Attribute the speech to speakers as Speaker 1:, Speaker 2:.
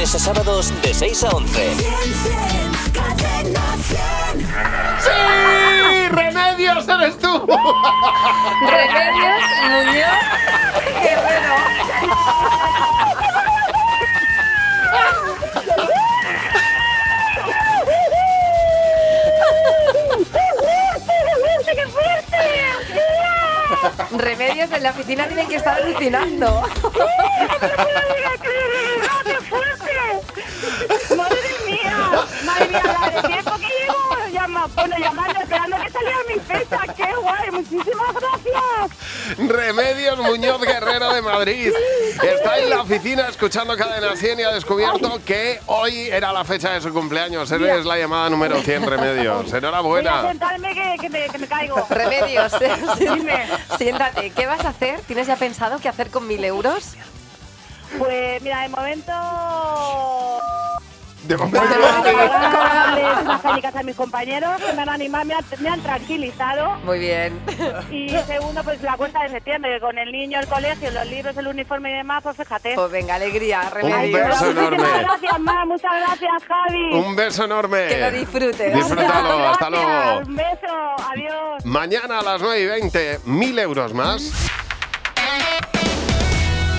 Speaker 1: a sábados de 6 a 11.
Speaker 2: ¡Sí! ¡Remedios eres tú!
Speaker 3: Remedios, Muñoz, qué bueno. Remedios en la oficina tienen que estar alucinando.
Speaker 4: ¡Madre mía! ¡Madre mía! la de tiempo que llevo llama- bueno, llamando, esperando que saliera mi fecha. ¡Qué guay! ¡Muchísimas gracias!
Speaker 2: Remedios Muñoz Guerrero de Madrid. Está en la oficina escuchando Cadena 100 y ha descubierto que hoy era la fecha de su cumpleaños. Eres la llamada número 100, Remedios.
Speaker 4: Voy a
Speaker 2: Enhorabuena.
Speaker 4: sentarme que, que me, que me caigo.
Speaker 3: Remedios, eh.
Speaker 4: Dime.
Speaker 3: siéntate. ¿Qué vas a hacer? ¿Tienes ya pensado qué hacer con mil euros?
Speaker 4: Pues mira, de momento...
Speaker 2: De momento
Speaker 4: Tengo
Speaker 2: no
Speaker 4: que
Speaker 2: tiene-
Speaker 4: darles unas cañicas a mis compañeros que me han animado, me han, me han tranquilizado.
Speaker 3: Muy bien.
Speaker 4: Y segundo, pues la cuenta de septiembre, que con el niño, el colegio, los libros, el uniforme y demás, pues fíjate.
Speaker 3: Pues venga, alegría, remedios.
Speaker 2: beso
Speaker 4: Muchísimas
Speaker 2: enorme.
Speaker 4: gracias, Ma. Muchas gracias, Javi.
Speaker 2: Un beso enorme.
Speaker 3: Que lo disfrutes.
Speaker 2: Disfrútalo, hasta
Speaker 4: Gracias,
Speaker 2: luego.
Speaker 4: Un beso, adiós.
Speaker 2: Mañana a las 9 y 20, mil euros más.